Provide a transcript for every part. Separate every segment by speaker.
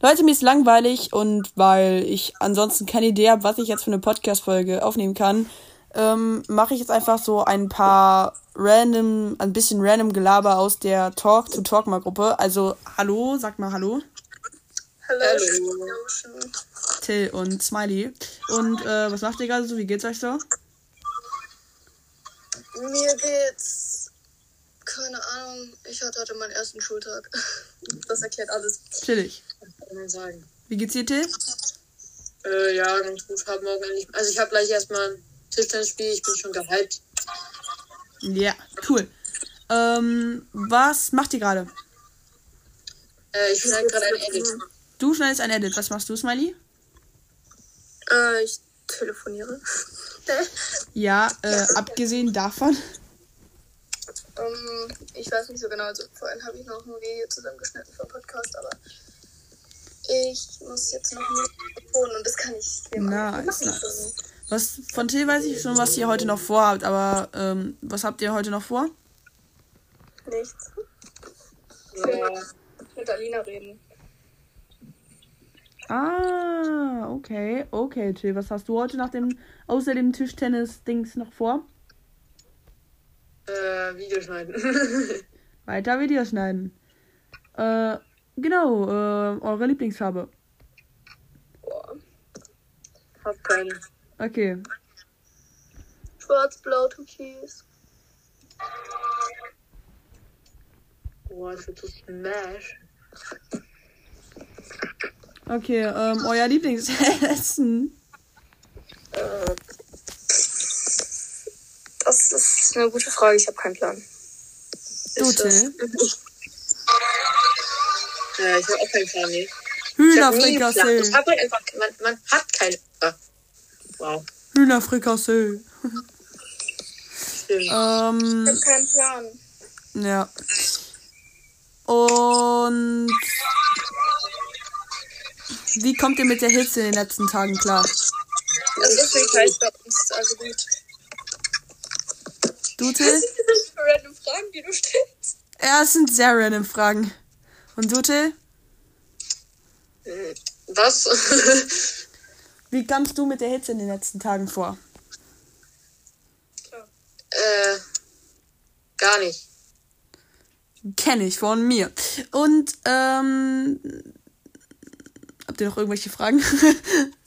Speaker 1: Scheiße, mir ist langweilig und weil ich ansonsten keine Idee habe, was ich jetzt für eine Podcast-Folge aufnehmen kann, ähm, mache ich jetzt einfach so ein paar random, ein bisschen random Gelaber aus der Talk-to-Talk-Mal-Gruppe. Also, hallo, sag mal hallo.
Speaker 2: Hallo.
Speaker 3: Hallo.
Speaker 1: Till und Smiley. Und äh, was macht ihr gerade so? Wie geht's euch so?
Speaker 2: Mir geht's. Keine Ahnung, ich hatte heute meinen ersten Schultag. Das erklärt alles.
Speaker 1: Chillig.
Speaker 3: kann man sagen.
Speaker 1: Wie geht's dir, Till?
Speaker 3: Äh, ja, ganz gut. Hab morgen endlich. Also ich habe gleich erstmal ein Tischtennisspiel. Ich bin schon gehypt.
Speaker 1: Ja, cool. Ähm, was macht ihr gerade?
Speaker 3: Äh, ich schneide gerade ein Edit.
Speaker 1: Du schneidest ein Edit. Was machst du, Smiley?
Speaker 2: Äh, ich telefoniere.
Speaker 1: Ja, äh, abgesehen davon.
Speaker 2: ähm, ich weiß nicht so genau, also vorhin habe ich noch ein Video zusammengeschnitten für den Podcast, aber ich muss jetzt noch ein Mikrofon und das kann ich dem anderen
Speaker 1: Nice,
Speaker 2: machen.
Speaker 1: nice. Was von Till weiß ich schon, was ihr heute noch vorhabt, aber ähm, was habt ihr heute noch vor?
Speaker 2: Nichts.
Speaker 3: Ja.
Speaker 2: Mit Alina reden.
Speaker 1: Ah, okay, okay, Till. Was hast du heute nach dem, außer dem Tischtennis-Dings noch vor?
Speaker 3: Äh, Video schneiden.
Speaker 1: Weiter Videos schneiden. Äh, genau, äh, eure Lieblingsfarbe.
Speaker 2: Boah.
Speaker 3: hab keine.
Speaker 1: Okay.
Speaker 2: Schwarz, blau, türkis.
Speaker 3: Boah, das wird so smash.
Speaker 1: Okay, ähm, euer Lieblingsessen.
Speaker 2: Äh, das ist eine gute Frage, ich habe keinen Plan.
Speaker 1: Du,
Speaker 3: Ist das-
Speaker 1: Till.
Speaker 3: Äh, ich habe auch keinen Plan. Nee. Ich hab nie einen Plan.
Speaker 1: Hühnerfrikassee.
Speaker 3: Ich hab halt einfach. Man, man hat keinen. Ah. Wow.
Speaker 1: Hühnerfrikassee.
Speaker 3: Stimmt.
Speaker 1: Ähm,
Speaker 2: Ich habe keinen Plan.
Speaker 1: ja. Und wie kommt ihr mit der Hitze in den letzten Tagen klar?
Speaker 2: Also deswegen heißt bei uns, also gut.
Speaker 1: Du, Till?
Speaker 2: Das sind random Fragen, die du stellst.
Speaker 1: Ja, es sind sehr random Fragen. Und du, Till?
Speaker 3: halt- Was?
Speaker 1: Wie kamst du mit der Hitze in den letzten Tagen vor?
Speaker 3: äh, gar nicht.
Speaker 1: Kenne ich von mir. Und, ähm. Habt ihr noch irgendwelche Fragen?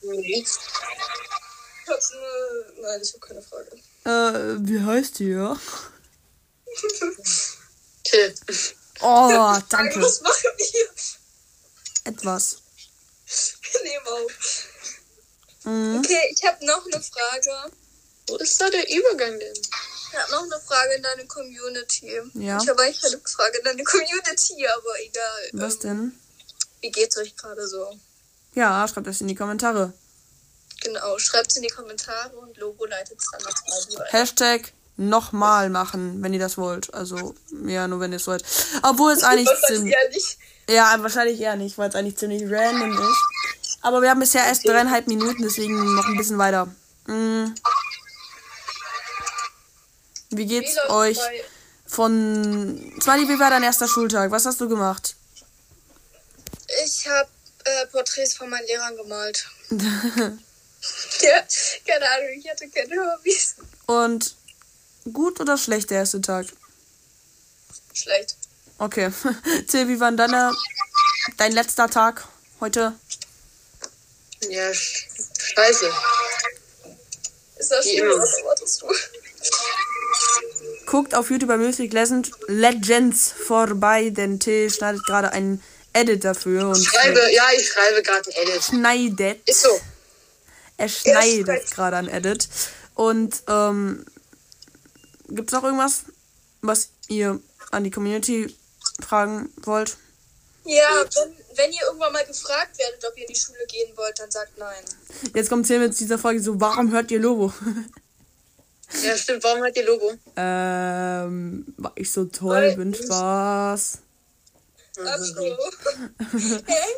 Speaker 3: Nee.
Speaker 2: Ich hab eine, nein, ich habe keine Frage.
Speaker 1: äh, wie heißt ihr?
Speaker 3: Till.
Speaker 1: Oh, danke.
Speaker 2: Was machen wir?
Speaker 1: Etwas.
Speaker 2: Wir nehmen auf.
Speaker 1: Mhm.
Speaker 2: Okay, ich habe noch eine Frage.
Speaker 3: Wo ist da der Übergang denn?
Speaker 2: Ich habe noch eine Frage in deine Community.
Speaker 1: Ja.
Speaker 2: Ich habe eigentlich keine Frage in deine Community, aber egal.
Speaker 1: Was
Speaker 2: Ähm,
Speaker 1: denn?
Speaker 2: Wie geht's euch gerade so?
Speaker 1: Ja, schreibt das in die Kommentare.
Speaker 2: Genau, schreibt's in die Kommentare und Logo leitet's dann als Audio ein.
Speaker 1: Hashtag nochmal machen, wenn ihr das wollt. Also, ja, nur wenn ihr es wollt. Obwohl es eigentlich
Speaker 2: Was sagt
Speaker 1: ziemlich.
Speaker 2: ihr nicht?
Speaker 1: Ja, wahrscheinlich eher nicht, weil es eigentlich ziemlich random ist. Aber wir haben bisher erst dreieinhalb Minuten, deswegen noch ein bisschen weiter. Mm. Wie
Speaker 2: Wie
Speaker 1: geht's
Speaker 2: läuft's
Speaker 1: euch
Speaker 2: bei-
Speaker 1: von. Zwali, wie war dein erster Schultag? Was hast du gemacht?
Speaker 2: Ich habe äh, Porträts von meinen Lehrern gemalt. ja, keine Ahnung, ich hatte keine Hobbys.
Speaker 1: Und gut oder schlecht der erste Tag?
Speaker 2: Schlecht.
Speaker 1: Okay. Till, wie war denn deine, dein letzter Tag heute?
Speaker 3: Ja, sch scheiße.
Speaker 2: Ist das schlimm?
Speaker 3: Ja.
Speaker 2: Was erwartest du?
Speaker 1: Guckt auf YouTube bei Music Legend, Legends vorbei, denn Till schneidet gerade einen Edit dafür und
Speaker 3: Schreibe, ja, ich schreibe gerade ein Edit.
Speaker 1: schneidet.
Speaker 3: Ist so.
Speaker 1: Er schneidet gerade an Edit. Und ähm, gibt es noch irgendwas, was ihr an die Community fragen wollt?
Speaker 2: Ja, wenn, wenn ihr irgendwann mal gefragt werdet, ob ihr in die Schule gehen wollt, dann sagt nein.
Speaker 1: Jetzt kommt Tim mit dieser Folge so, warum hört ihr Lobo?
Speaker 3: Ja, stimmt. Warum hat ihr Logo?
Speaker 1: ähm, war ich so toll, bin Spaß.
Speaker 2: Ach so. Hä?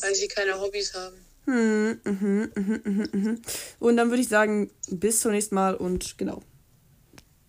Speaker 3: Weil sie keine Hobbys haben.
Speaker 1: Hm, mhm, mhm, mhm, mhm. Und dann würde ich sagen, bis zum nächsten Mal und genau.